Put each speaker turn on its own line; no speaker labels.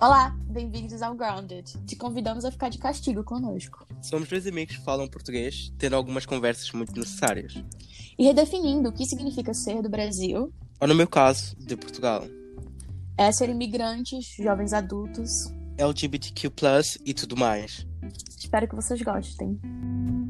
Olá, bem-vindos ao Grounded. Te convidamos a ficar de castigo conosco
Somos dois amigos que falam português, tendo algumas conversas muito necessárias.
e redefinindo o que significa ser do Brasil,
Ou no meu caso, de Portugal.
é ser imigrantes, jovens adultos.
LGBTQ+, e tudo mais.
Espero que vocês gostem.